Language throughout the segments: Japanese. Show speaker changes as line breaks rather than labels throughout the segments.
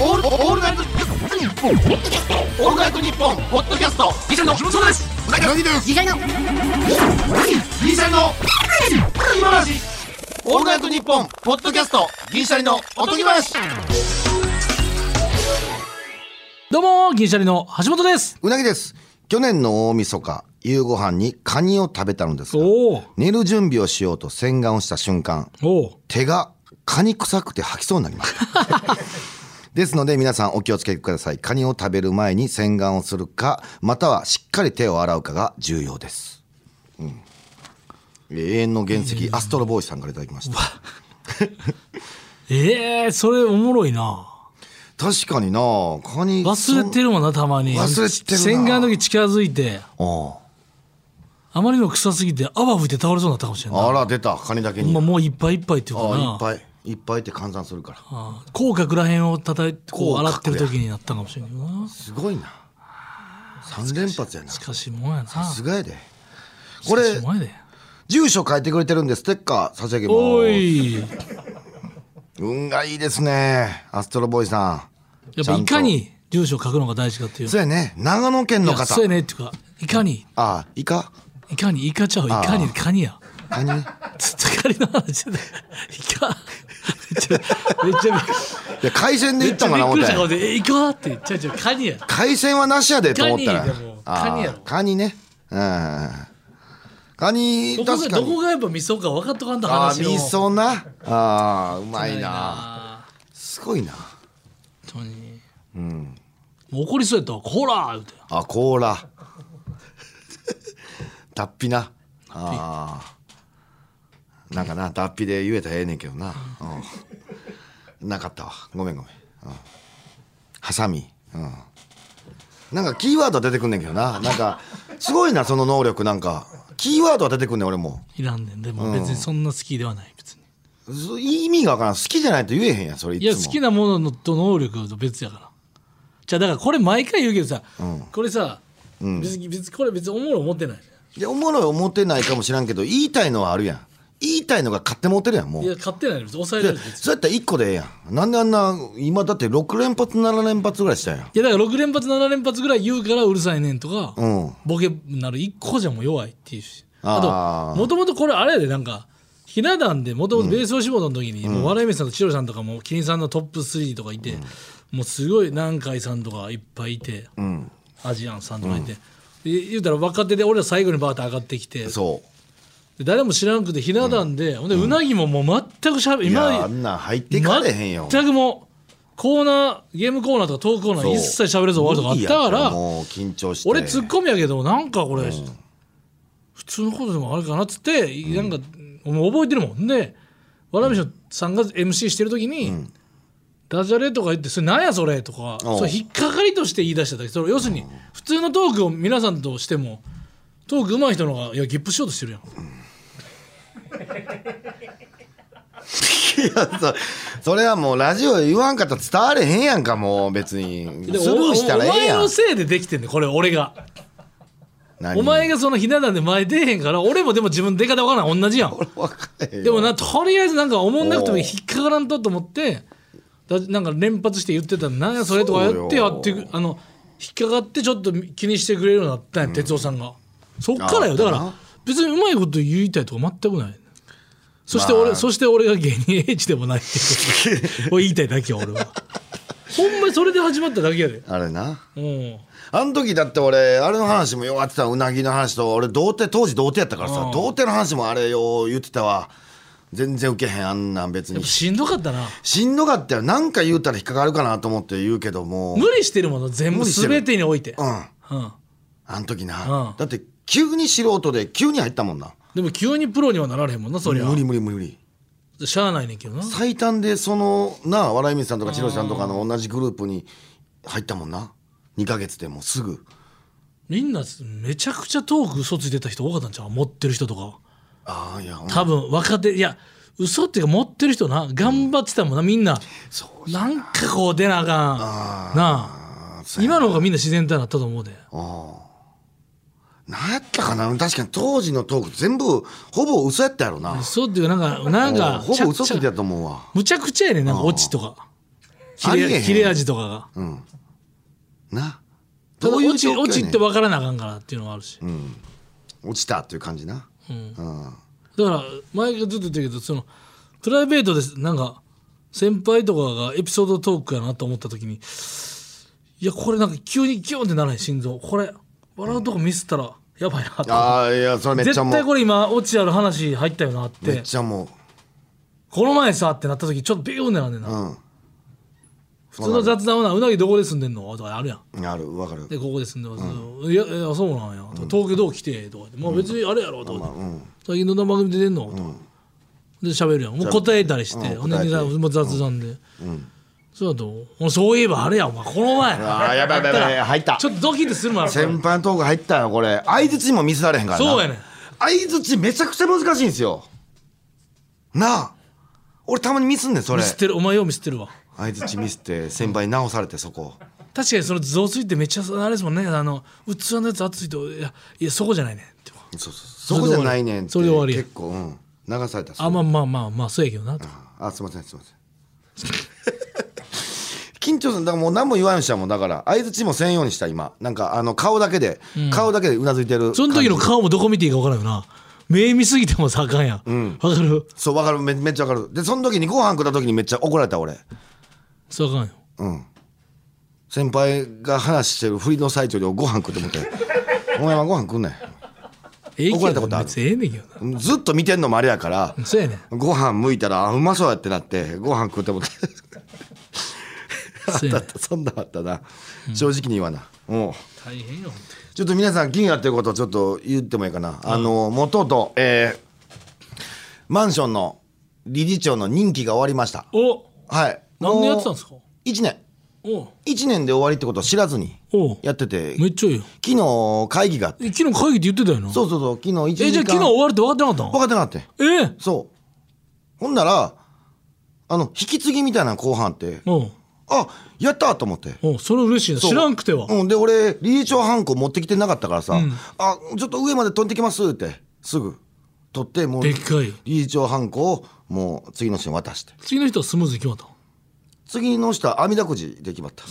オールオールナイトニッポンオールナイトニッポンポッドキャストギシャリの木本そうです
なぎです
次回の
ギシャリの今話オールナイトニッポンポッドキャストギシャリのおとぎ話
どうも銀シャリの橋本です
うなぎです去年の大晦日夕ご飯にカニを食べたのですが
おお
寝る準備をしようと洗顔をした瞬間
おう
手がカニ臭くて吐きそうになりました ですので皆さんお気をつけくださいカニを食べる前に洗顔をするかまたはしっかり手を洗うかが重要です、うん、永遠の原石アストロボーイさんからいただきました
ええそれおもろいな
確かになカニ
忘れてるもんなたまに
忘れてるな
洗顔の時近づいて
あ
あまりの臭すぎて泡吹いて倒れそうになったかもしれない
ああら出たカニだけに、
まあ、もういっぱいいっぱいっていうかな
ああいっぱいいっぱいって換算するから
ああ口角らへんを叩いてこう
口角
洗
や
ってる時になったかもしれないな
すごいな3連発やな
しかしもんやな
さす
し
がやでこれ
かしもんやで
住所書いてくれてるんでステッカー差し上げま
お
す
いやっ
運がいいですねアストロボーイさち
ぱ
ゃん
い
と
かに住所を書くのが大事かってい
ん
う
そうやね長野県の
いや
方
そうやねっていうかいかに
ああイカ
いかにいかちゃういかにカニや
カニい
つつかりの話でいか めっちゃめっちゃびっ
や海鮮で行ったんかな思
く
っ
りした顔
て
で「えいか?」って言っちゃうちゃうカニや
海鮮はなしやでと思ったら
カニでも
ああ
カニやろ
カニねうんカニ
どこ
確
が
か
どこ
に
がやっぱ味噌か分かっとかんと
ああ
話
味
を
噌なああうまいな
な
すごいな
本当にもう怒りそうやったわ「こら!」言うて
あコーラ 脱皮なあーなんかな脱皮で言えたらええねんけどな、うんなかったわごめんごめん、うんハサミ、うん、なんかキーワードは出てくんねんけどななんかすごいなその能力なんかキーワードは出てくんねん俺も
いらんねんでも別にそんな好きではない別に
ず意味がわからん好きじゃないと言えへんやんそれいつ
い
も
や好きなものと能力と別やからじゃあだからこれ毎回言うけどさこれさ別に別にこれ別におもろい思ってない
いやおもろい思ってないかもしらんけど言いたいのはあるやん言いたいのが勝手持ってるやんもう
いや買ってないの別に抑えられる別に
そうやったら1個でええやん。なんであんな、今だって6連発、7連発ぐらいしたやん。
いやだから6連発7連発ぐらい言うからうるさいねんとか、
うん
ボケなる1個じゃもう弱いっていうしあ
あー
ともともとこれあれやでなんかひな壇でもともとベースを絞った時に、もう笑い飯さんと千代さんとかもキリンさんのトップ3とかいて、もうすごい南海さんとかいっぱいいて、アジアンさんとかいて、で言うたら若手で俺ら最後にバーって上がってきて
そ
で誰も知らんくてひな壇で、ほんでうなぎももう全くしゃべ
う。い
今
や、あんなん入ってかれへんよ。
全くもうコーナーゲームコーナーとかトークコーナ
そ
ー
う
一切喋れず終わるとかあったから
もう緊張して。
俺ツッコミやけどなんかこれ、普通のことでもあるかなっつって、なんかもう覚えてるもんでわらびしさんが MC してる時に、ダジャレとか言って「それなんやそれ」とか
おう
それ引っかかりとして言い出しただけそれ要するに普通のトークを皆さんとしてもトーク上手い人の方がいやゲップしようとしてるやん
いやそ それはもうラジオで言わんかったら伝われへんやんか、もう別に。スル
で
ーしたらえ
お
え
前
やん
の。せいでできてんねんこれ俺が。
何
お前がそのひな壇で前出えへんから俺もでも自分の出方わからん同じやん
分かれへんよ
でもなとりあえずなんか思んなくても引っかからんとと思ってだなんか連発して言ってたのなんやそれとかやって
そう
や
よ
ってくあの引っかかってちょっと気にしてくれるようになったんや、哲夫さんがそっから
あ
よ
った
だか
な
ら別にうまいこと言いたいとか全くないそして俺、
まあ
そして俺が芸人 H でもないっていうことを言いたいだけよ俺はほんまにそれで始まっただけやで
あれな。
うん
あの時だって俺、あれの話もようやってた、うなぎの話と、俺、童貞、当時童貞やったからさ、童貞の話もあれよう言ってたわ。全然受けへん、あんなん別
やっ
に
ぱ。しんどかったな
しんどかったよ。なんか言うたら引っかかるかなと思って言うけども。
無理してるもの全部
無理してる
全てにおいて
うん。あ
うん
の時な。
うん
だって急に素人で急に入ったもんな。
でも急にプロにはなられへんもんなそりゃ
無理無理無理無理。
しゃあないねんけどな
最短でそのなあ笑い水さんとか千代さんとかの同じグループに入ったもんな。2ヶ月でもうすぐ。
みんなめちゃくちゃトーク嘘ついてた人多かったんちゃう持ってる人とか
ああいや。うん
多分若手いや嘘っていうか持ってる人な頑張ってたもんなみんな
そ
なんかこう出なあかんなあ
あー
今の方がみんな自然となったと思うで
なんやったかな確かに当時のトーク全部ほぼ嘘やったやろな。
嘘っていうかなんかなん
うん
か
ほぼ嘘つ
ちゃ
い
くち
て
ゃ
たと思うわ。
むちゃくちゃやねんなんかオチとか切
ありえへ
れ
ん
切れ味とかが
な
ただ
どういう
落ち
状況やねん
落ちって分からなあかんからっていうのもあるし、
落ちたっていう感じなうん
だから前からずっと言ってるけどそのプライベートですなんか先輩とかがエピソードトークやなと思った時にいやこれなんか急にキュンってならへん心臓これ笑うとこミスったらやばいなと思う
ああいやそれめっちゃ
絶
も
対こ
う
れ今落ちある話入ったよなっ
めってちゃも
この前さってなった時ちょっとビューンってなんねんな、
うう
普通の雑談はなうなぎどこで住んでんのとかあるやん
んあるわかる
でここで住んでます、いやいやそうなんや、東京どう来てとかって、まあ、別にあれやろとか、最近どんな番組出てんのとか、で喋るやんもう答えたりして、
うん
ほんで
答えたり
もう雑談で、そうだともうそういえばあれやお前この前
ああやばいやばいやばい入った
ちょっとドキッとするもんあるから
先輩のトーク入ったよこれ相づちにもミスられへんからな
そうやねん
相づちめちゃくちゃ難しいんですよなあ俺たまにミスんねんそれ
ミスってるお前ようミスってるわ
相づちミスって先輩に直されてそこ
確かにその雑炊ってめっちゃあれですもんねあの器のやつ熱いといやいやそこじゃないねんって
そうそうそこじゃないねんって
それで終わり
結構うん流された
あまあまあまあまあそうやけどなと
あすいませんすいません緊張するだからもう何も言わんようにしたもんだから相づちもせんようにした今なんかあの顔だけで、顔だけでうなずいてる
その時の
感じ
顔もどこ見ていいか分からんよな目見すぎてもさあかんやん、分かる
そうわかるめめっちゃわかるでその時にご飯食った時にめっちゃ怒られた俺
そうあかんよ
うん先輩が話してる振りの最中でご飯食ってもって「 お前はご飯食んない
ええけ
怒られた
ど
ことある
別にええねんけどな」
ずっと見てんのもあれやから
そうやねん
ご飯剥いたらあうまそうやってなってご飯食ってもってあ
そう
ったあ
やね
った そんなんあったな、正直に言わなうん
大変よ
ちょっと皆さん気になってることをちょっと言ってもいいかな、あの元と、えーマンションの理事長の任期が終わりました
お
はい
なんでやってたんですか
1年
おう
1年で終わりってことを知らずに
おう
やってて
めっちゃいいよ
昨日会議があって
え昨日会議って言ってたよな
そうそうそう昨日1時間
えじゃあ昨日終わるって分かってなかった
分
の
かってなかった
ええ
そうほんならあの引き継ぎみたいな後半あって
おう
あやったと思って
おうそれ嬉しいな
そう
知らんくては
うん、で俺理事長ハンコ持ってきてなかったからさ「あちょっと上まで取ってきます」ってすぐ取ってもう
でっかい
理事長ハンコをもう次の人に渡して
次の人はスムーズに決まった
次の人は網だくじで決まった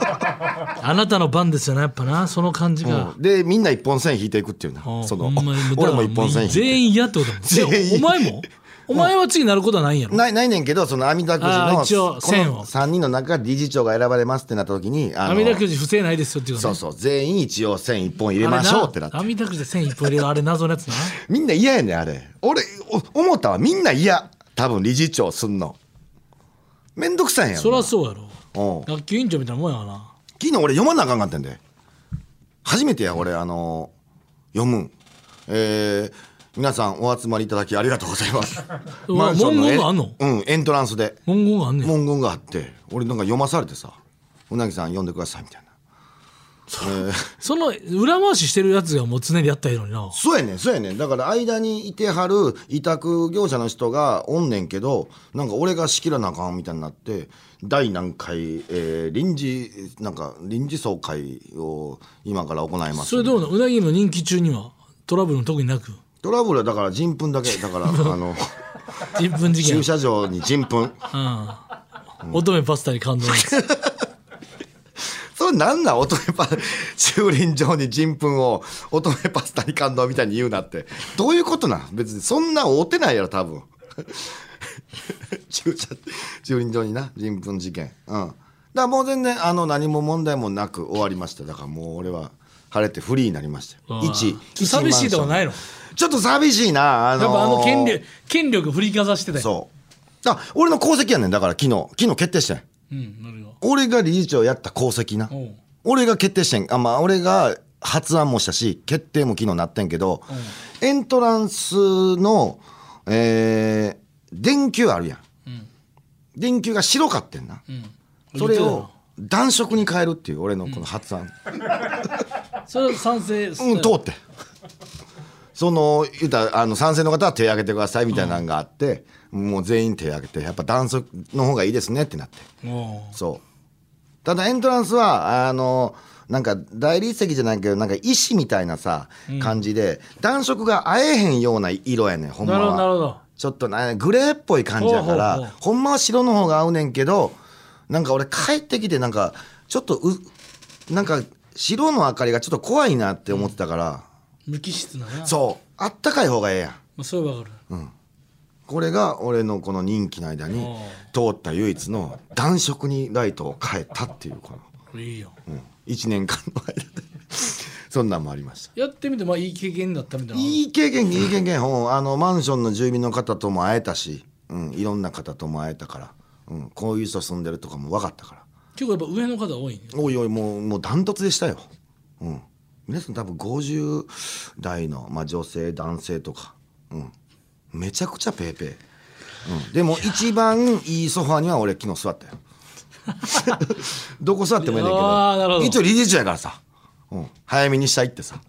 あなたの番ですよなやっぱなその感じが
うんでみんな一本線引いていくっていうな
ああ
その
ほんまにもうだか
俺
ら
も一本線引
もう
いて
全員嫌ってことだもん
全員
えお前もお前は次なることはないんやろ
ないないねんけどその網だくじ
ああ一
の
応
こ
線
の
を
3人の中で理事長が選ばれますってなった時にあの
網だくじ不正ないですよっていうこと
そ
ね
うそう全員一応線一本入れましょうってなって
あれ網だくじで線一本入れるあれ謎のやつな
みんな嫌やねんあれ俺お思ったわみんな嫌多分理事長すんのめんどくさいんやろ
そり
な
ゃそうやろ
おう
学級委員長みたいなもんやがな
昨日俺読まなあかんかったんで初めてや俺あのー読むんえー皆さんお集まりいただきありがとうございます
う
マ
わ
ンション
文言
エン
があんの
うんエントランスで
文言があんねん
文言があって俺なんか読まされてさ「うなぎさん読んでください」みたいな
その裏回ししてるやつがもう常にやったらいいのにな
そうやねんそうやねんだから間にいてはる委託業者の人がおんねんけどなんか俺が仕切らなあかんみたいになって第何回、えー臨時なんか臨時総会を今から行います
それどうなのうなぎの人気中にはトラブルも特になく
トラブルはだから人糞だけだからあ の
人分事件
駐車場に人糞
うん乙女パスタに感動です
それなんなん乙女パ 駐輪場に人糞を乙女パスタに感動みたいに言うなってどういうことなん別にそんな追うてないやろ多分 駐車駐輪場にな人糞事件うんだからもう全然あの何も問題もなく終わりましただからもう俺は晴れてフリーになりました
あ
よ
ー
一一
寂しいとかないの
マンションちょっと寂しいなあの
や
ー
っぱあの権力権力振りかざしてたよ
そうだから俺の功績やねんだから昨日昨日決定してん
うんなるよ
俺が理事長やった功績な
おう
俺が決定してんあまあ俺が発案もしたし決定も昨日なってんけど、エントランスのえー電球あるやん、電球が白かってんな、それを暖色に変えるっていう俺のこの発案、
それは賛成うん
うん、通って。その言うたらあの賛成の方は手挙げてくださいみたいなのがあって、もう全員手挙げてやっぱ男性の方がいいですねってなって
おう
そうただエントランスはあのなんか大理石じゃないけどなんか石みたいなさ、感じで暖色が合えへんような色やねんほんま
なるほどなるほ
は
ど
ちょっとなグレーっぽい感じやから
ほうほうほう
ほんまは白の方が合うねんけどなんか俺帰ってきてなんかちょっとうなんか白の明かりがちょっと怖いなって思ってたから、
無機質なな
そうあったかい方がええやん
まあ、それはわかる、
これが俺のこの任期の間に通った唯一の暖色にライトを変えたっていうこの、
いいよ
うん、1年間の間でそんなんもありました
やってみてまあいい経験になったみたいない
い経験いい経験うんあのマンションの住民の方とも会えたし、うん、いろんな方とも会えたから、うん、こういう人住んでるとかも分かったから
結構やっぱ上の方多いね
おいおいもうもうダントツでしたよ、うん、皆さん多分50代の、まあ、女性男性とか、うん、めちゃくちゃペーペー、うん、でも一番いいソファーには俺昨日座った よどこ座ってもいいねんけど
あーなるほど
一応理事長やからさ、うん、早めにしたいってさ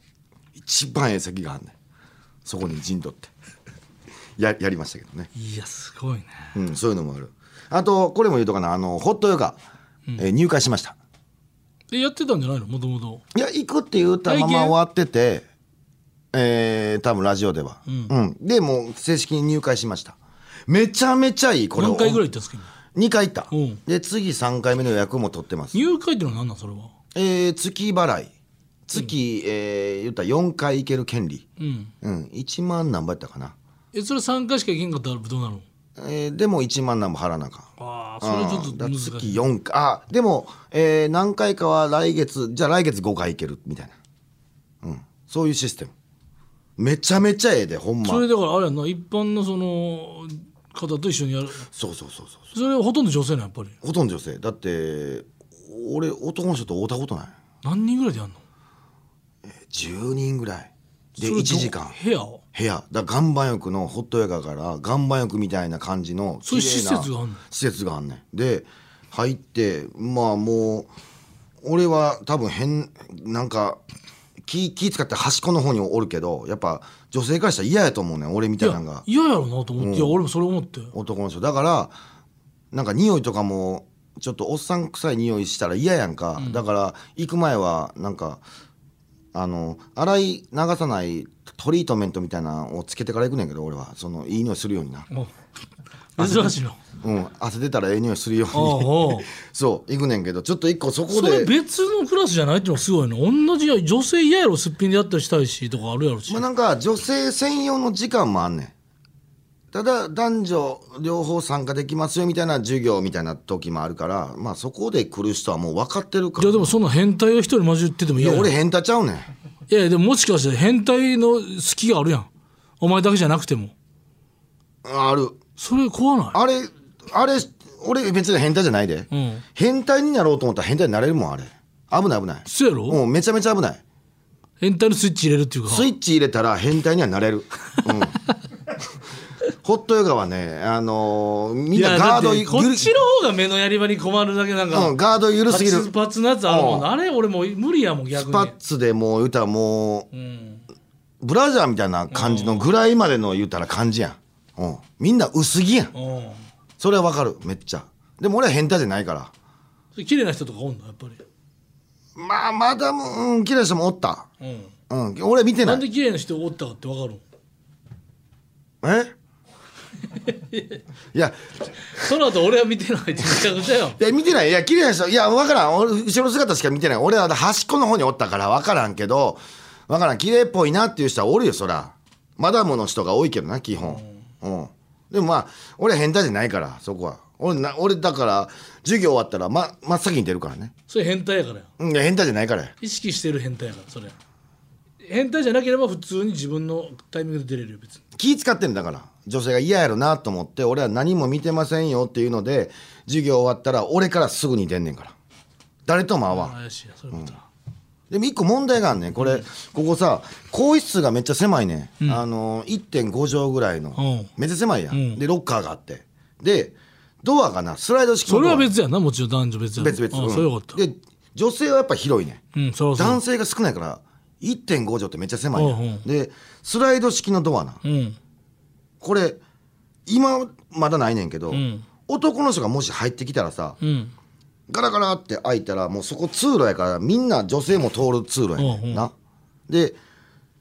一番ええ席があんねんそこに陣取って ややりましたけどね
いやすごいね
うん、そういうのもある。あと、これも言うとかな、あの、ホットヨガ、えー入会しました。
でやってたんじゃないのもともと
いや、行くって言ったま
体
ま
験
終わってて、えー、多分ラジオでは。うん。で、もう正式に入会しました。めちゃめちゃいい、これ。
何回ぐらい行ったんですか今
2回行った
うん。
で、次3回目の予約も取ってます。
入会ってのは何なんそれは
えー、月払い。月、えー、言ったら4回行ける権利。
うん
うん、1万何倍やったかな。
えそれ3回しか行けんかったらどうなるの
えー、でも1万何も払わなあかん。
ああそれちょっ
うん
と難
だから
し
月
い
4回あでも、えー何回かは来月じゃあ来月5回いけるみたいな、うん、そういうシステムめちゃめちゃええでほんま
それだからあれやんな一般のその方と一緒にやる
そうそうそうそ
それはほとんど女性なんやっぱり
うほとんど女性だって俺男の人と会うたことない
何人ぐらいでやんの
10人ぐらいで
それど
1時間
部屋を
部屋だから岩盤浴のホットヨガから岩盤浴みたいな感じの
そういう
綺麗な
施設があんの
施設があんねんで入ってまあもう俺は多分変なんか気気使って端っこの方におるけどやっぱ女性からしたら嫌やと思うねん俺み
い
たいな
や
のが
嫌やろなと思って、いや俺もそれ思って
男の人だからなんか匂いとかもちょっとおっさん臭い匂いしたら嫌やんか、だから行く前はなんかあの洗い流さないトリートメントみたいなのをつけてから行くねんけど俺はそのいい匂いするようにな、
あ 珍しいな
うん、汗出たらええ匂いするよう
あ
に
あ
そう行くねんけどちょっと一個そこ
それ
で
別のクラスじゃないってのがすごいな同じや女性嫌やろすっぴんでやったりしたいしとかあるやろし、
まあ、なんか女性専用の時間もあんねんただ男女両方参加できますよみたいな授業みたいな時もあるからまあそこで来る人はもう分かってるか
い
ら
やでもそんな変態が一人混じってても
い
嫌
や
やろ
俺変態ちゃうねん
いやいやでももしかして変態の好きがあるやんお前だけじゃなくても
ある
それ怖ない
あれあれ俺別に変態じゃないで、
ん
変態になろうと思ったら変態になれるもんあれ危ない危ない
そうやろ、
もうめちゃめちゃ危ない
変態のスイッチ入れるっていうか
スイッチ入れたら変態にはなれる、 うん、ホットヨガはねあのーみん
い
な
や
ガード
だってこっちの方が目のやり場に困るだけなんか、
うん、ガード緩すぎる
パツパツのやつあるも
うん
んあれ俺もう無理やもん逆
ス
に
パッツでもう言うたらもう、
ん
ブラジャーみたいな感じのぐらいまでの言うたら感じやん、うん、みんな薄着やん
うん
それはわかるめっちゃでも俺は変態じゃないから
それ綺麗な人とかおんのやっぱり、
まあまだもうん綺麗な人もおった、
うん、
うん、俺は見てな
ないんで綺麗な人おったかってわかるん
えいや
その後俺は見てないってめちゃくちゃよ
いや見てないいや綺麗な人いやわからん俺後ろ姿しか見てない俺は端っこの方におったからわからんけどわからん綺麗っぽいなっていう人はおるよそらマダムの人が多いけどな基本うん、でもまあ俺は変態じゃないからそこは俺な俺だから授業終わったら、ま、真っ先に出るからね
それ変態やからよ
うんいや変態じゃないからや
意識してる変態やからそれ変態じゃなければ普通に自分のタイミングで出れるよ別に
気使ってんだから女性が嫌やろなと思って俺は何も見てませんよっていうので授業終わったら俺からすぐに出んねんから誰とも会わん
怪しいやそれまた、
でも一個問題があんねんこれ、ここさ更衣室がめっちゃ狭いね、ん、あの1.5畳ぐらいの、
うん
めっちゃ狭いやん、
うん
でロッカーがあってでドアがなスライド式のド
それ
ア
は別やなもちろん男女別や
別々
ああ
ん
そうよかった
で女性はやっぱ広いね、
うんそらそ
男
う
性が少ないから1.5畳ってめっちゃ狭いやん、
うんうん
でスライド式のドアな
うん
これ今まだないねんけど、
ん
男の人がもし入ってきたらさ
うん
ガラガラって開いたらもうそこ通路やからみんな女性も通る通路やね
うんうん
んな、で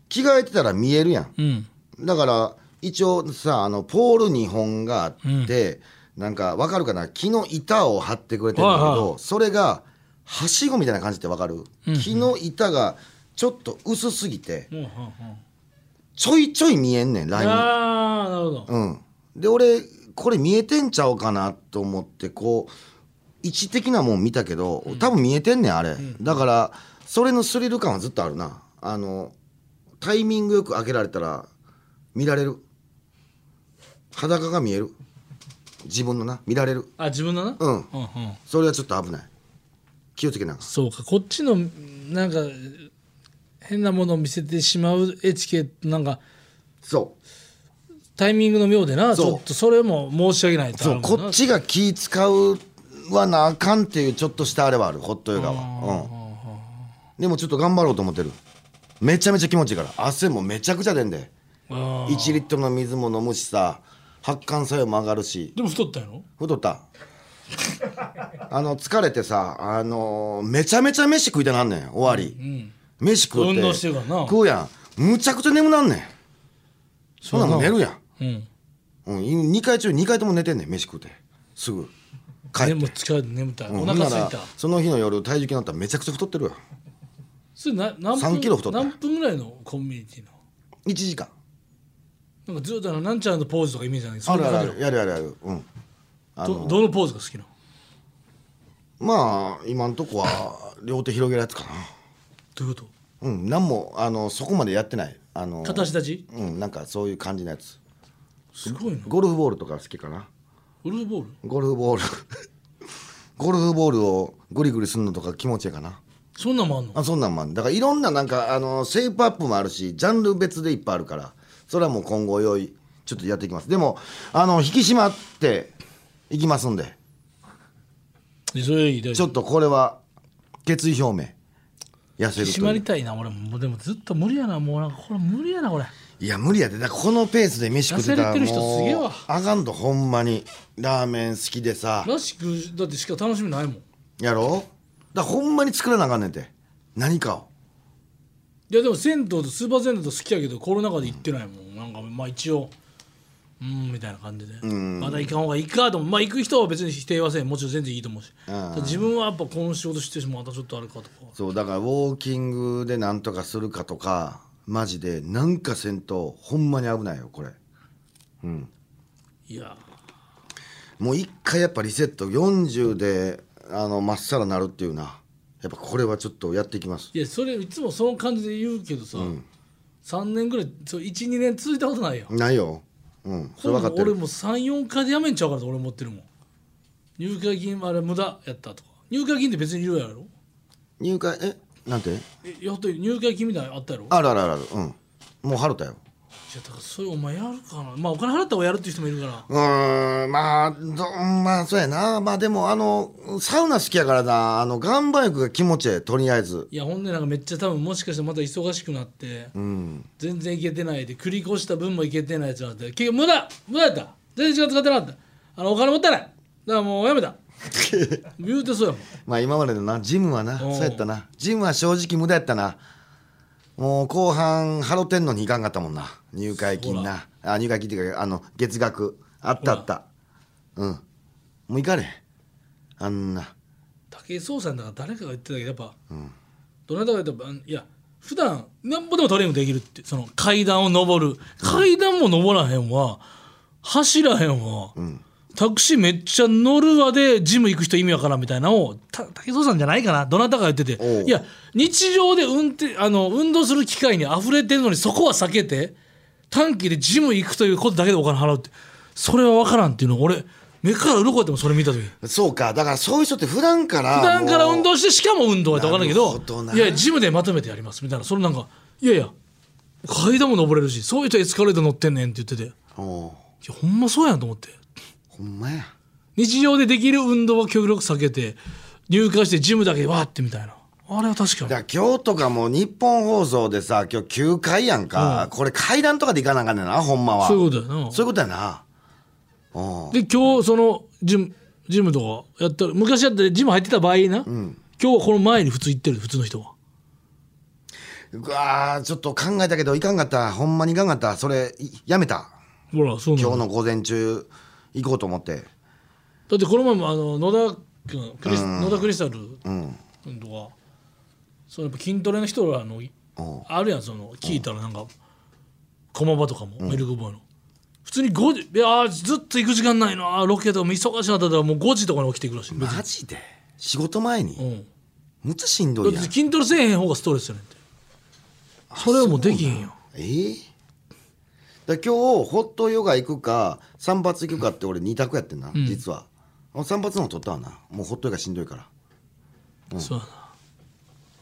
着替えてたら見えるやん
うん
だから一応さあのポール2本があって、なんかわかるかな木の板を張ってくれてるんだけど、
はいは
それがはしごみたいな感じってわかる、木の板がちょっと薄すぎて
うんうんうん
ちょいちょい見えんねんライン
ああなるほど
うん、で俺これ見えてんちゃうかなと思ってこう位置的なもん見たけど、多分見えてんねんあれ、だからそれのスリル感はずっとあるなあのタイミングよく開けられたら見られる裸が見える自分のな見られる
あ自分のな
うん
うんうん
それはちょっと危ない気をつけなあかん
そうかこっちのなんか変なものを見せてしまうエチケットなんか
そう
タイミングの妙でなち
そう
ょっとそれも申し訳ないと
そうこっちが気使うはなあかんっていうちょっとしたあれはあるホットヨガは、うん、でもちょっと頑張ろうと思ってるめちゃめちゃ気持ちいいから汗もめちゃくちゃ出んで
あー
1リットルの水も飲むしさ発汗作用も上がるし
でも太ったやろ
太った あの疲れてさあのーめちゃめちゃ飯食いたなんねん終わり、飯食うて
運動してるからな
食うやんむちゃくちゃ眠なんねんそんなもん寝るやん
うん
うん、2回中2回とも寝てんねん飯食うてすぐ帰って、
でも疲れて眠たい、
うん
お
ほんな
腹
ら
すいた
その日の夜体重計になったらめちゃくちゃ太ってるわ
それな何分
3キロ太った
何分ぐらいのコンビニティの
1時間
なんかずっとあのなんちゃらのポーズとかイメージなんだけど
あ
そん
る
な
ある
感
あ
じ
るやるやるやるうんあ
ど
の
どのポーズが好きなの
まあ今んとこは両手広げるやつか
どういうこと
なうん何もあのそこまでやってないあの
形立ち
うんなんかそういう感じのやつ
すごいな
ゴルフボールとか好きかな
ゴルフボール
ゴルフボール ゴルフボールをグリグリするのとか気持ちいいかな
そんなんもあんの
あそんなんもあんだからいろんななんかあのシェイプアップもあるしジャンル別でいっぱいあるからそれはもう今後用意ちょっとやっていきますでもあの引き締まっていきますんで
それいい大
ち
丈
ょっとこれは決意表明痩せ
夫
る
締ま
とい
り
う
たいな俺もでもずっと無理やなもうなんかこれ無理やなこれ
いや無理やでだからこのペースで飯食ってた
痩
ら
せれてる人すげえ
もう
わ
あかんとほんまにラーメン好きでさ
らしくだってしか楽しみないもん
やろだからほんまに作らなあかんねんて何かを
いやでも銭湯とスーパー銭湯と好きやけどコロナ禍で行ってないもん、なんかまあ一応うーんみたいな感じで、まだ行かん方がいいかと思うまあ行く人は別に否定はせんもちろん全然いいと思うし、
ん
ただ自分はやっぱこの仕事してしまたちょっとあれかとか
そうだからウォーキングでなんとかするかとかマジでなんかせんとほんまに危ないよこれ
いや
もう一回やっぱリセット40であのまっさらなるっていうなやっぱこれはちょっとやっていきます
いやそれいつもその感じで言うけどさ、3年ぐらい12年続いたことないよ
ないようんそれ分かって
俺
る
も34回でやめんちゃうからと俺思ってるもん入会金あれ無駄やったとか入会金って別にいるやろ
入会えなんて
えやっと入会金みたいなのあったやろ
あるあるあるあるうんもう春田よ
いやだからそれお前やるかなまあお金払った方がやるっていう人もいるから
うーんまあどまあそうやなまあでもあのサウナ好きやからなあの岩盤浴が気持ちええとりあえず
いやほんでなんかめっちゃ多分もしかしてまた忙しくなって、
うん
全然いけてないで繰り越した分もいけてないやつなんて結局無駄無駄やった全然時間使ってなかったあのお金持ったないだからもうやめた言うてそうやもん
まあ今までのなジムはな
おう
そうやったなジムは正直無駄やったなもう後半ハロテンのにいかんかったもんな入会金なあ入会金っていうかあの月額あったあったうんもう行かれへんあんな
武井壮さんだから誰かが言ってたけどやっぱ、どなたかが言ったらいや普段なんぼでもトレーニングできるってその階段を登る階段も登らへんわ走らへんわ、タクシーめっちゃ乗るわでジム行く人意味わからんみたいなのをた武井壮さんじゃないかなどなたかが言って
お
て
う
いや日常で運転あの運動する機会に溢れてるのにそこは避けて短期でジム行くということだけでお金払うってそれはわからんっていうのを俺目から鱗やってもそれ見た時。
そうかだからそういう人って普段から
普段から
もう
運動してしかも運動はって分からんけ
なるほど
ど
ない
やいやジムでまとめてやりますみたいなそれなんかいやいや階段も登れるしそういう人エスカレート乗ってんねんって言ってていや
おう
ほんまそうやんと思って
ほんまや
日常でできる運動は極力避けて入会してジムだけわーってみたいなあれは確かに
だから今日とかも日本放送でさ今日9回やんか、これ階段とかで行かなあかんねんなほんまは
そういうことやな
そういうことやなうん
で今日そのジムジムとかやったら昔やったらジム入ってた場合な、今日はこの前に普通行ってる普通の人は
うわーちょっと考えたけどいかんかったほんまにいかんかったそれいやめた
ほらそうな
今日
の
の午前中行こうと思って
だってこの前もあの野田君クリス、野田クリスタル
うん
君とかそのやっぱ筋トレの人らの
うん
あるやんその聞いたらなんか駒場とかも、ミルクボーイの普通に5時いやーずっと行く時間ないなあーロケとかも忙しなったらもう5時とかに起きてくるらしい、
マジで仕事前
う
に
ん、
むつしんど
だっ
い
て
やん
筋トレせえへん方がストレスやねんてそれはもうできへんよ
ええだから今日ホットヨガ行くか散髪行くかって俺二択やってんな、実はあ散髪の方取ったわなもうホットヨガしんどいから
そうやな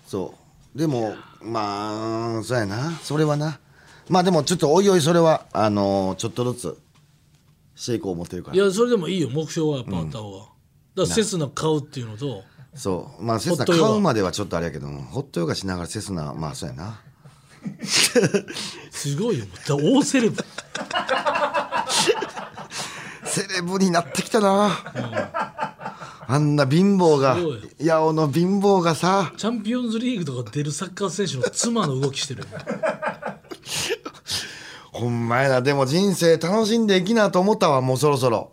そうでもまあそうやなそれはなまあでもちょっとおいおいそれはあのーちょっとずつしていこう思ってるから
いやそれでもいいよ目標はやっぱあった方が、だからセスナ買うっていうのと
そうまあセス
ホッ
ナ
ト
買
ヨガ
うまではちょっとあれやけどもホットヨガしながらセスナまあそうやな
すごいよだから大セレブ
セレブになってきたな、あんな貧乏が
すごい
八尾の貧乏がさ
チャンピオンズリーグとか出るサッカー選手の妻の動きしてるよ
ほんまやなでも人生楽しんでいきなと思ったわもうそろそろ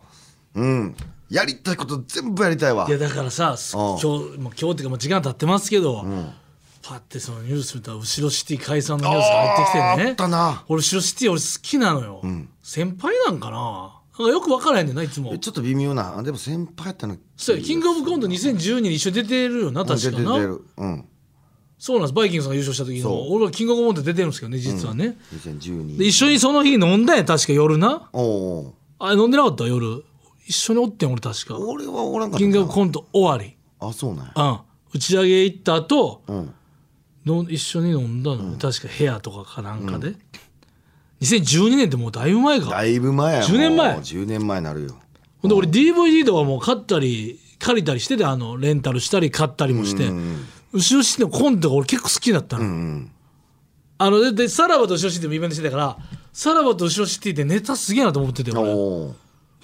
うんやりたいこと全部やりたいわ
いやだからさす今
うん
日もう今日っていうかもう時間経ってますけど、パッてそのニュース見たら後ろシティ解散のニュースが入ってきて
あーあ
ね
ったな
俺後ろシティ俺好きなのよ、先輩なんかななんかよく分からへんねんないつも
えちょっと微妙なあでも先輩やったの
そうやキングオブコント2012に一緒に出てるよな確か
出て
な
るうん
そうなんですバイキングさんが優勝した時
そ
の俺はキングオブコント出てるんですけどね実はね、で
2012
一緒にその日飲んだんや確か夜な
おお
あれ飲んでなかった夜一緒におってん俺確か
俺はおらんかった
キングオ
な
ブコント終わり
あそうなんや
うん打ち上げ行った後
うん
の一緒に飲んだのね、確か部屋とかかなんかで、2012年ってもうだいぶ前か
だいぶ前やもう
10年前
10年前になるよ
ほんで俺 DVD とかもう買ったり借りたりしててあのレンタルしたり買ったりもして、後ろシティのコントが俺結構好きだったの、あのででさらばと後ろシティもイベントしてたからさらばと後ろシティでネタすげえなと思ってて
お
俺
お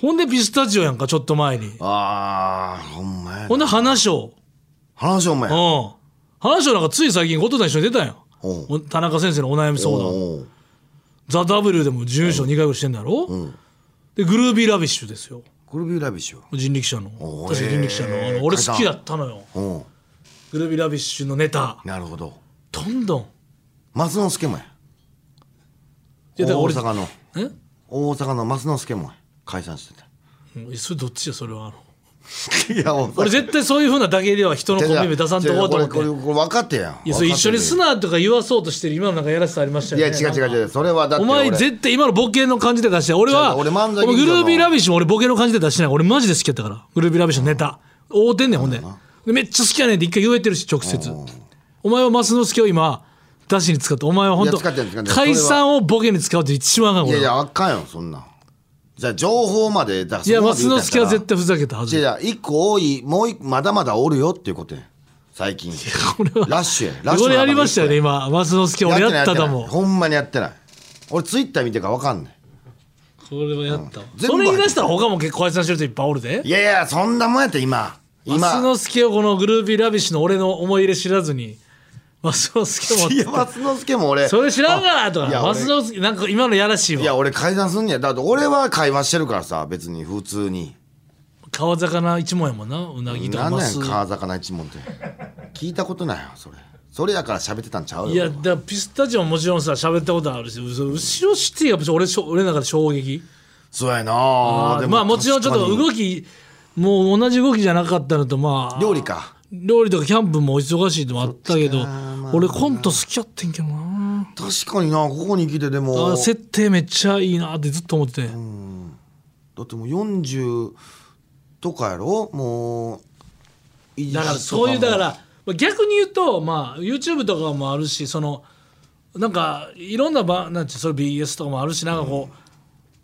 ほんでピスタチオやんかちょっと前に
あーほんまや
ほんで花賞
話お前
うん花賞なんかつい最近後藤さん一緒に出たんよ
おう
お田中先生のお悩み相談
おう
「ザ・ w でも準優勝2回ぐらいしてんだろ、でグルービーラビッシュですよ
これビューラビッシュ
人力車の
おー
確か人力車のあ
えー
の俺好きだったのよ
おう
グルービーラビッシュのネタ
なるほど
どんどん
松之助もや
いやだから
大
俺
阪の
え
大阪の松之助もや解散してた
うんそれどっちやそれはあの
いや大阪
俺絶対そういうふうなだけでは人のコンビ名出さんとこうと思って
これこれこれ分かってやん
いやそれ一緒にす
な
なとか言わそうとしてる今のなんかやらしさありました
い
よ
や
ね
違う違う
う
違うそれはだって
お
俺
前絶対今のボケの感じで出して俺は
違う俺漫才
この
劇場の
グルービーラビッシュも俺ボケの感じで出してない俺マジで好きやったからグルービーラビッシュのネタ合うてんねんほんででめっちゃ好きやねんって一回言えてるし直接お前はマスノスケを今出しに使ってお前は本当
いや使ってない使ってない
解散をボケに使うって一番あか
い
ん俺
や
はい
やあかんよそんなんじゃあ情報までだから
いや
そこま
マ
で
ス
言う
ノ
たんや
ス
った
ケ
ら
は絶対ふざけたはず
いやいや一個多いもう一個まだまだおるよっていうことや最近
これは
ラッシュや ラッシュ
これやりましたよね今マスノスケ俺やっただもん
んほんまにやってない俺ツイッター見てるから分かんない
これはやったわ、
全部
それ言い出したら他も結構解散してる人いっぱいおるで
いやいやそんなもんやって今
マス
今
ノスケをこのグルービーラビッシュの俺の思い入れ知らずにマスノスケ
いや
も
松之助も俺
それ知らんがなと
い
か
や俺
マスノスケなんか今のやらしい
いや
わ
俺解散すんねやだって俺は会話してるからさ別に普通に
川魚一門やもんなうなぎとか
何
マ
なん
ス
や川魚一門って聞いたことないよそれそれやから喋ってたんちゃうよ
いやだからピスタチオももちろんさ喋ったことあるしそ後ろシティがやっぱ俺しょ俺の中で衝撃
そうやなで
まあもちろんちょっと動
き
きもう同じ動きじゃなかったのとまあ
料理か
料理とかキャンプも忙しいのもあったけど俺コント好きやってんけどな
確かになここに来てでも
あ設定めっちゃいいなってずっと思ってて
だってもう40とかやろもういじ
だからそういう
と
だ
も
からまあ逆に言うとまあ YouTube とかもあるしそのなんかいろんなばなんていうそれ BS とかもあるしなんかこう、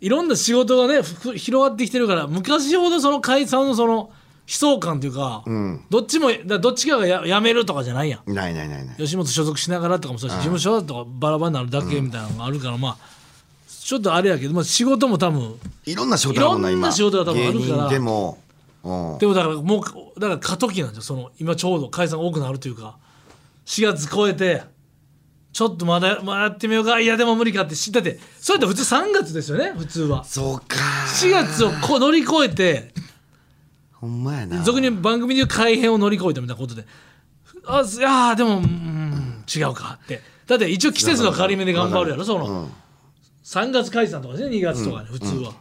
いろんな仕事がねふく広がってきてるから昔ほどその解散のその悲壮感というか、どっちもだからどっちかがややめるとかじゃないやん
ないないないない
吉本所属しながらとかもそうだし事務所とかバラバラになるだけみたいなのがあるから、まあちょっとあれやけど、まあ、仕事も多分
いろんな仕事があるもんない
ろんな
今
仕事が多分あるから
芸人でもうん
でもだからもうだから過渡期なんですよその今ちょうど解散多くなるというか4月超えてちょっとまだまだやってみようかいやでも無理かって知だってそれって普通3月ですよね普通は
そうか
4月をこ乗り越えて
ほんまやな
俗に言う番組でいう改変を乗り越えたみたいなことであいやーでもうーん違うかってだって一応季節の変わり目で頑張るやろその、3月解散とかですね2月とかね普通は、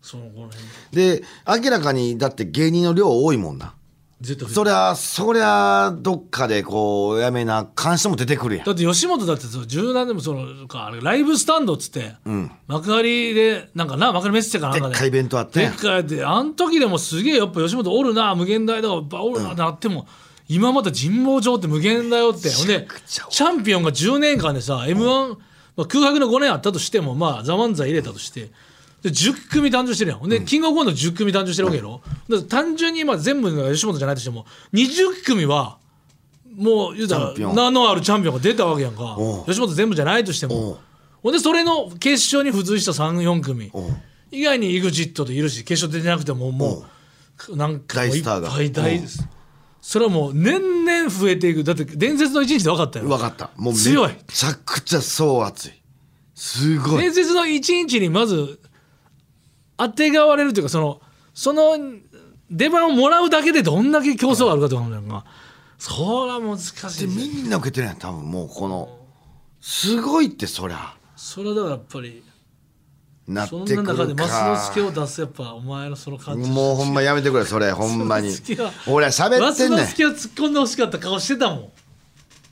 そのこの辺
で明らかにだって芸人の量多いもんな
絶対
そりゃそりゃどっかでこうやめな監視も出てくるやん
だって吉本だってその柔軟でもそのかあれライブスタンドっつって、幕張でなんかな幕張メッセかなんか
で
で
っかいイベントあって
でっかいであん時でもすげえやっぱ吉本おるな無限大だからおるなってなっても、今また神保町って無限大よってほんでチャンピオンが10年間でさ m 1、まあ、空白の5年あったとしてもまあ「ザ漫才入れたとして。で10組誕生してるやんほんで、キングオブコント10組誕生してるわけやろ、だから単純に今全部が吉本じゃないとしても20組はもう言うた
チャンピオ
ら
ン
名のあるチャンピオンが出たわけやんか
おう
吉本全部じゃないとして
お
も
う
ほんでそれの決勝に付随した34組
おう
以外に EXIT でいるし決勝出てなくてももう何回もいっぱ
大スター
い
が
大それはもう年々増えていくだって伝説の一日で分かったよ
分かったもうめ
強い
ちゃくちゃそう熱いすごい
伝説の一日にまず当てがわれるというかそのその出番をもらうだけでどんだけ競争があるかとかもなんかそれは難しい
で
ですよ
みんな受けてるやん多分もうこのすごいってそりゃ
それはだからやっぱり
なってく
そん
る
な
か
中でマスの助を出すやっぱお前のその感じ
もうほんまやめてくれ それほんまに
マスの助は
俺は喋
マ
って
ス
んね
の
ん
助を突っ込んでほしかった顔してたもん
い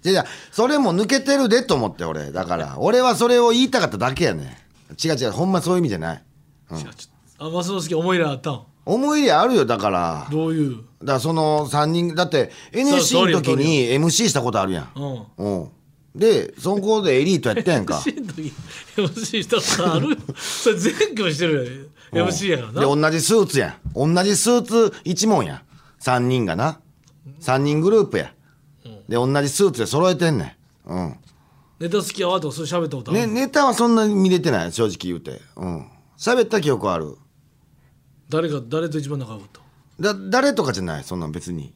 やいやそれも抜けてるでと思って俺だから俺はそれを言いたかっただけやねん違う違うほんまそういう意味じゃない
違うちょっとあマスの助思い入れあったん
思い入れあるよだからだか
どういう
らその3人だって NSC
そう
の時
トリ
に MC したことあるや
うんん
うんでそこでエリートやってんか
MC の時 MC したことあるそれ全組してるやん MC やから
で
な
同じスーツやん同じスーツ一問や3人がな3人グループやで同じスーツで揃えてんねんうん
ネタ好きやわとかそれ喋ったことあ
ね、
る、
ネタはそんなに見れてない正直言うてうん喋った記憶はある
誰が誰と一番仲良かった
だ誰とかじゃないそんなん別に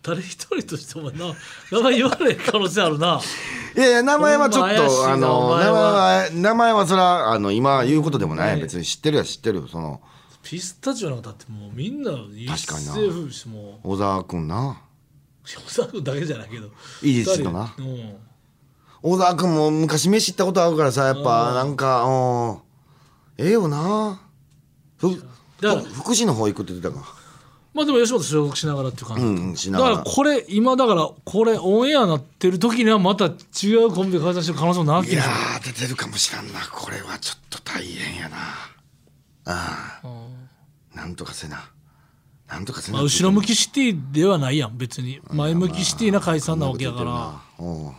誰一人としてもな名前言われへん可能性あるない
やいや名前はちょっ
ほんま怪しい
と
な
あ
お
の名前
前は
は名前はそらあの今言うことでもない、
ね
別に知ってるや知ってるその
ピスタチオなんかだってもうみんな一
確か
世
にな
風靡してもう
小沢君な
小沢君だけじゃないけど
いいですよな
二人うん
小沢君も昔飯行ったことあるからさやっぱなんかうんええよなふ
だから
ふ福祉の方行くって言ってたか
まあでも吉本所属しながらっていう感じ、
うんうんしな
だ
が
かららこれ今だからこれオンエアなってる時にはまた違うコンビで解散してる可能性もなき
いやー出てるかもしらんなこれはちょっと大変やなああなんとかせななんとかせな
まあ、後ろ向きシティではないやん別に前向きシティな解散なわけやから、
うん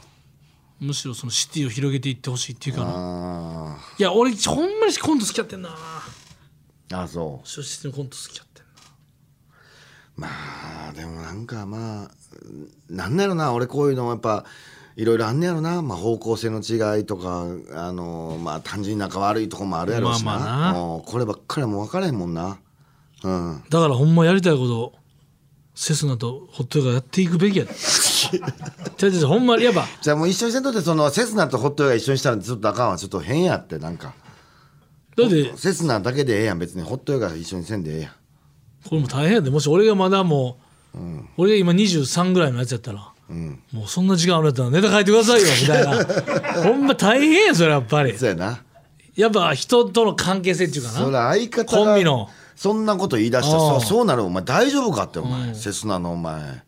むしろそのシティを広げていってほしいっていうかな
あ
いや俺ほんまにコント好きやってんな
ーあそ
正直のコント好きやってんな
うまあでもなんかまあなんだろな俺こういうのもやっぱいろいろあんねやろな、まあ、方向性の違いとかあのまあ単純に仲悪いとこもあるやろうしな,、
まあまあな
うんこればっかりはもう分からへんもんなうん
だからほんまやりたいことをセスナとホットヨガやっていくべきやで違う違う違うほんまにやっぱ
じゃあもう一緒にせんとってそのセスナとホットヨガ一緒にしたらちょっとあかんわちょっと変やってなんか
だって
セスナだけでええやん別にホットヨガ一緒にせんでええやん
これも大変やでもし俺がまだもう、俺が今23ぐらいのやつやったら、もうそんな時間あるんやったらネタ書いてくださいよみたい なほんま大変やそれやっぱり
そうやな
やっぱ人との関係性っていうかな
そら相方が
コンビの
そんなこと言い出したら
あ
そ
あ
そうなるお前大丈夫かってお前、セスナのお前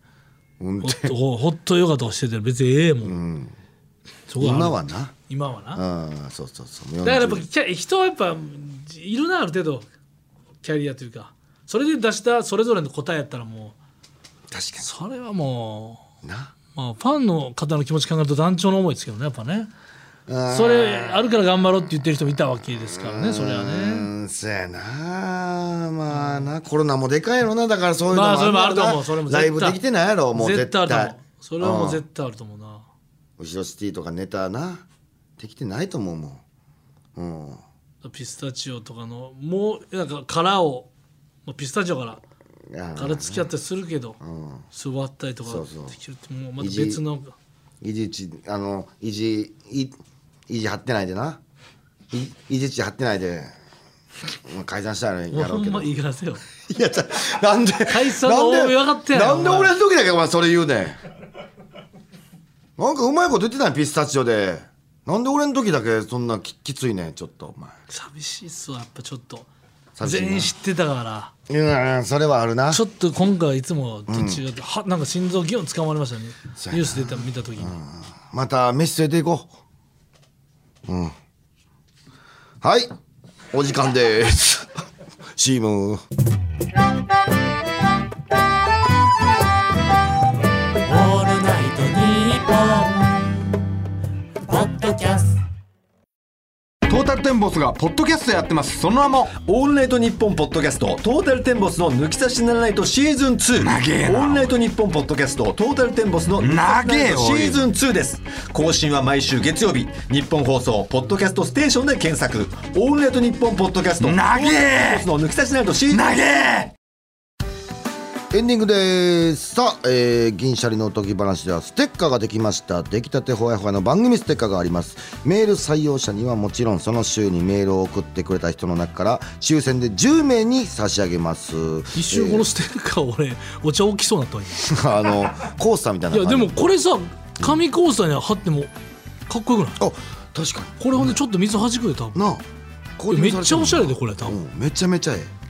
運
ホ
転
ットホットヨガとかしてたら別にええもん、そこある
今はな
今はな、だか
うんそうそうそう
らやっぱ
40
キャ人はやっぱいるなある程度キャリアというかそれで出したそれぞれの答えやったらも
確
うそれはも
かにな
う、まあ、ファンの方の気持ち考えると団長の思いですけどねやっぱね
あ
それあるから頑張ろうって言ってる人もいたわけですからねそれは
う
ね
ーんそうやなまあなコロナもでかいやろなだからそういうの
まあそれもあると
な
思うそれも絶
ラ
対
イブできてないやろもう絶
絶対
対
あると思うそれはもう絶対あると思うな
後ろシティとかネタなできてないと思うもんうん
ピスタチオとかのもうなんか殻をまあピスタチオから
いや
から付き合ったりするけど、座ったりとか
そうそう
できるってもうまた別の
いじいちあのいじいいじ張ってないでないいじいち張ってないでまあ解散したら
もう
やろ
ほ
うんけ
ま
どい
言いらせよ
やちゃなんで
解散の
なんで
大目分かったやろ
なんで俺の時だけお前それ言うねんなんかうまいこと言ってたんピスタチオでなんで俺の時だけそんなききついねんちょっとお前
寂しいっすわやっぱちょっと
寂しいな
全員知ってたから
いやそれはあるな
ちょっと今回いつもと違って、はなんか心臓ギュン掴まれましたねニュース出た見た時に、
また飯連れて行こううんはいお時間です CM
オールナイトニッポン」ポッドキャスト
トータルテンボスがポッドキャストやってますその名も
オールナイトニッポンポッドキャストトータルテンボスの抜き差しならないとシーズン2
長えな
オールナイトニッポンポッドキャストトータルテンボスの抜き差しならないとシーズン2です更新は毎週月曜日日本放送ポッドキャストステーションで検索オールナイトニッポンポッドキャスト
長え
トータルテンボスの抜き差しならないとシーズン2
エンディングですさあ、えー銀シャリのおとぎ話ではステッカーができました出来たてほやほやの番組ステッカーがありますメール採用者にはもちろんその週にメールを送ってくれた人の中から抽選で10名に差し上げます
一瞬このステッカー俺お茶起きそうになったわ今
あのコー スターみたいない
や
感じ
でもこれさ紙コースターに貼ってもかっこよくない
あ確か
これほんでちょっと水弾くで多
に
分
なあ購
め
入されてるの
っちゃおしゃれでこれ多分、
うん、めちゃめちゃええ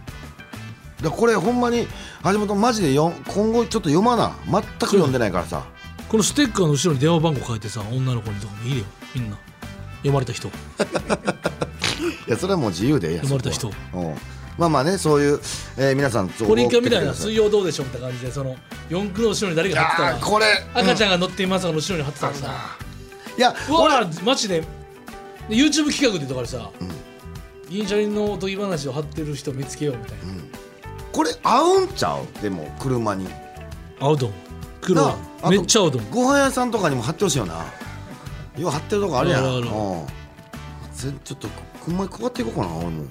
だからこれほんまに橋本マジでよ今後ちょっと読まな全く読んでないからさ、
このステッカーの後ろに電話番号書いてさ女の子にとかもいいよみんな読まれた人
いやそれはもう自由でええやん
読まれた人
そこはうんまあまあねそういう、えー皆さんそう
ポリキャみた
送ってきて
いな
くださ
水曜どうでしょうみたいな感じでその四駆の後ろに誰か貼
あ
っ
ー
てたら
これ
赤ちゃんが乗っていますがの後ろに貼ってたらさ
いや
うわーマジでで YouTube 企画でとかでさ、銀シャリのおとぎ話を貼ってる人見つけようみたいな、
これ合うんちゃうでも車に
合うと思う黒
なあ
はめっちゃ合うと思う
ご飯屋さんとかにも貼ってほしいよなよう貼ってるとこあるやん
あるある
うんぜちょっとほんまにこうやっていこうかな俺も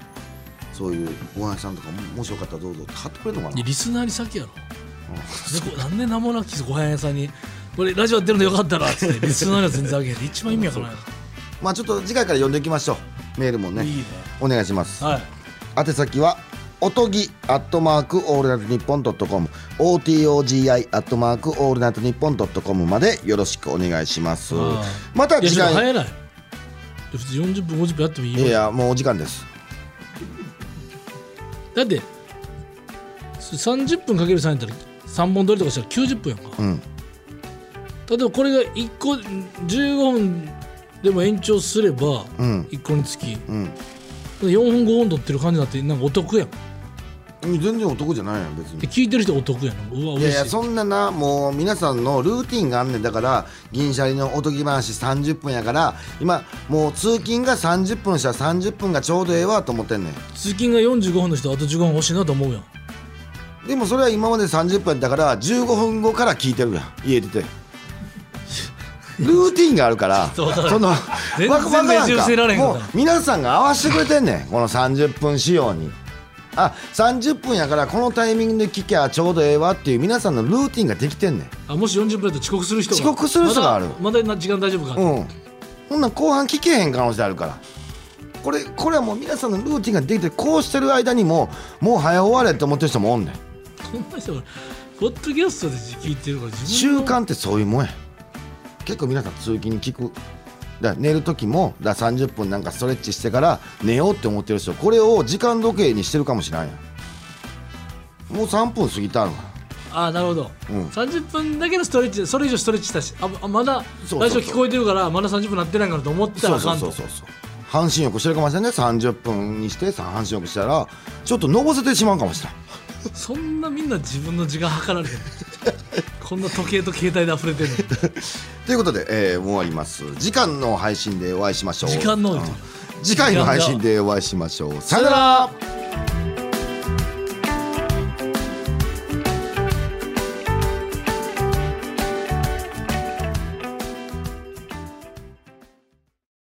そういうご飯屋さんとかももしよかったらどうぞって貼ってくれるのか
いや
な
リスナーに先やろなんでなんで名もなきご飯屋さんに「これラジオやってるのよかったら」っつってリスナーには全然あげへんで一番意味わからない
まあちょっと次回から読んでいきましょうメールもね
いいね
お願いします
はい
宛先はおとぎアットマークオールナイトニッポンドットコム OTOGI アットマークオールナイトニッポンドットコムまでよろしくお願いします
あ
また
いや
次
ちょっと
回
早ない普通40分50分やってもいい
いやい
よ
やもうお時間です
だって30分かける3やったら3本撮りとかしたら90分やんか
うん
例えばこれが1個15分でも延長すれば
うん
1個につき
うん
4本5本撮ってる感じになってなんかお得やん
全然男じゃないやん別に
で聞いてる人お得やんうわ
いやい
嬉
や
しい
そんななもう皆さんのルーティンがあんねんだから銀シャリのおとぎ話30分やから今もう通勤が30分したら30分がちょうどええわと思ってんねん
通勤が45分の人あと15分欲しいなと思うやん
でもそれは今まで30分だから15分後から聞いてるやん家出てルーティンがあるから
ちょっと
そのわ
全然
わからんか
ねじ伏せられへんから
もう皆さんが合わせてくれてんねんこの30分仕様にあ30分やからこのタイミングで聞きゃちょうどええわっていう皆さんのルーティンができてんねん
あもし40分だと遅刻する人が
遅刻する人がある
まだまだ時間大丈夫か、
うんほんなん後半聞けへん可能性あるからこれこれはもう皆さんのルーティンができてこうしてる間にももう早終われって思ってる人もおんねん
こんな人がポッドキャストで聞いてるから自分
習
の
慣ってそういうもんや結構皆さん通勤に聞くだから寝る時もだから30分なんかストレッチしてから寝ようって思ってる人これを時間時計にしてるかもしれないやんもう3分過ぎたの
ああなるほど、
うん
30分だけのストレッチそれ以上ストレッチしたしああまだ
そうそう
ラジオ聞こえてるからまだ30分なってないからと思って
そ
たら
う
あ
そ
か
うんそ
と
うそうそう半身浴してるかもしれないね30分にしてさ半身浴したらちょっとのぼせてしまうかもしれない
そんなみんな自分の時間 計られへんこんな時計と携帯で溢れてるの
ということで、えー、もう終わります次間の配信でお会いしましょう
時間の多い
うん次回の配信でお会いしましょうさよなら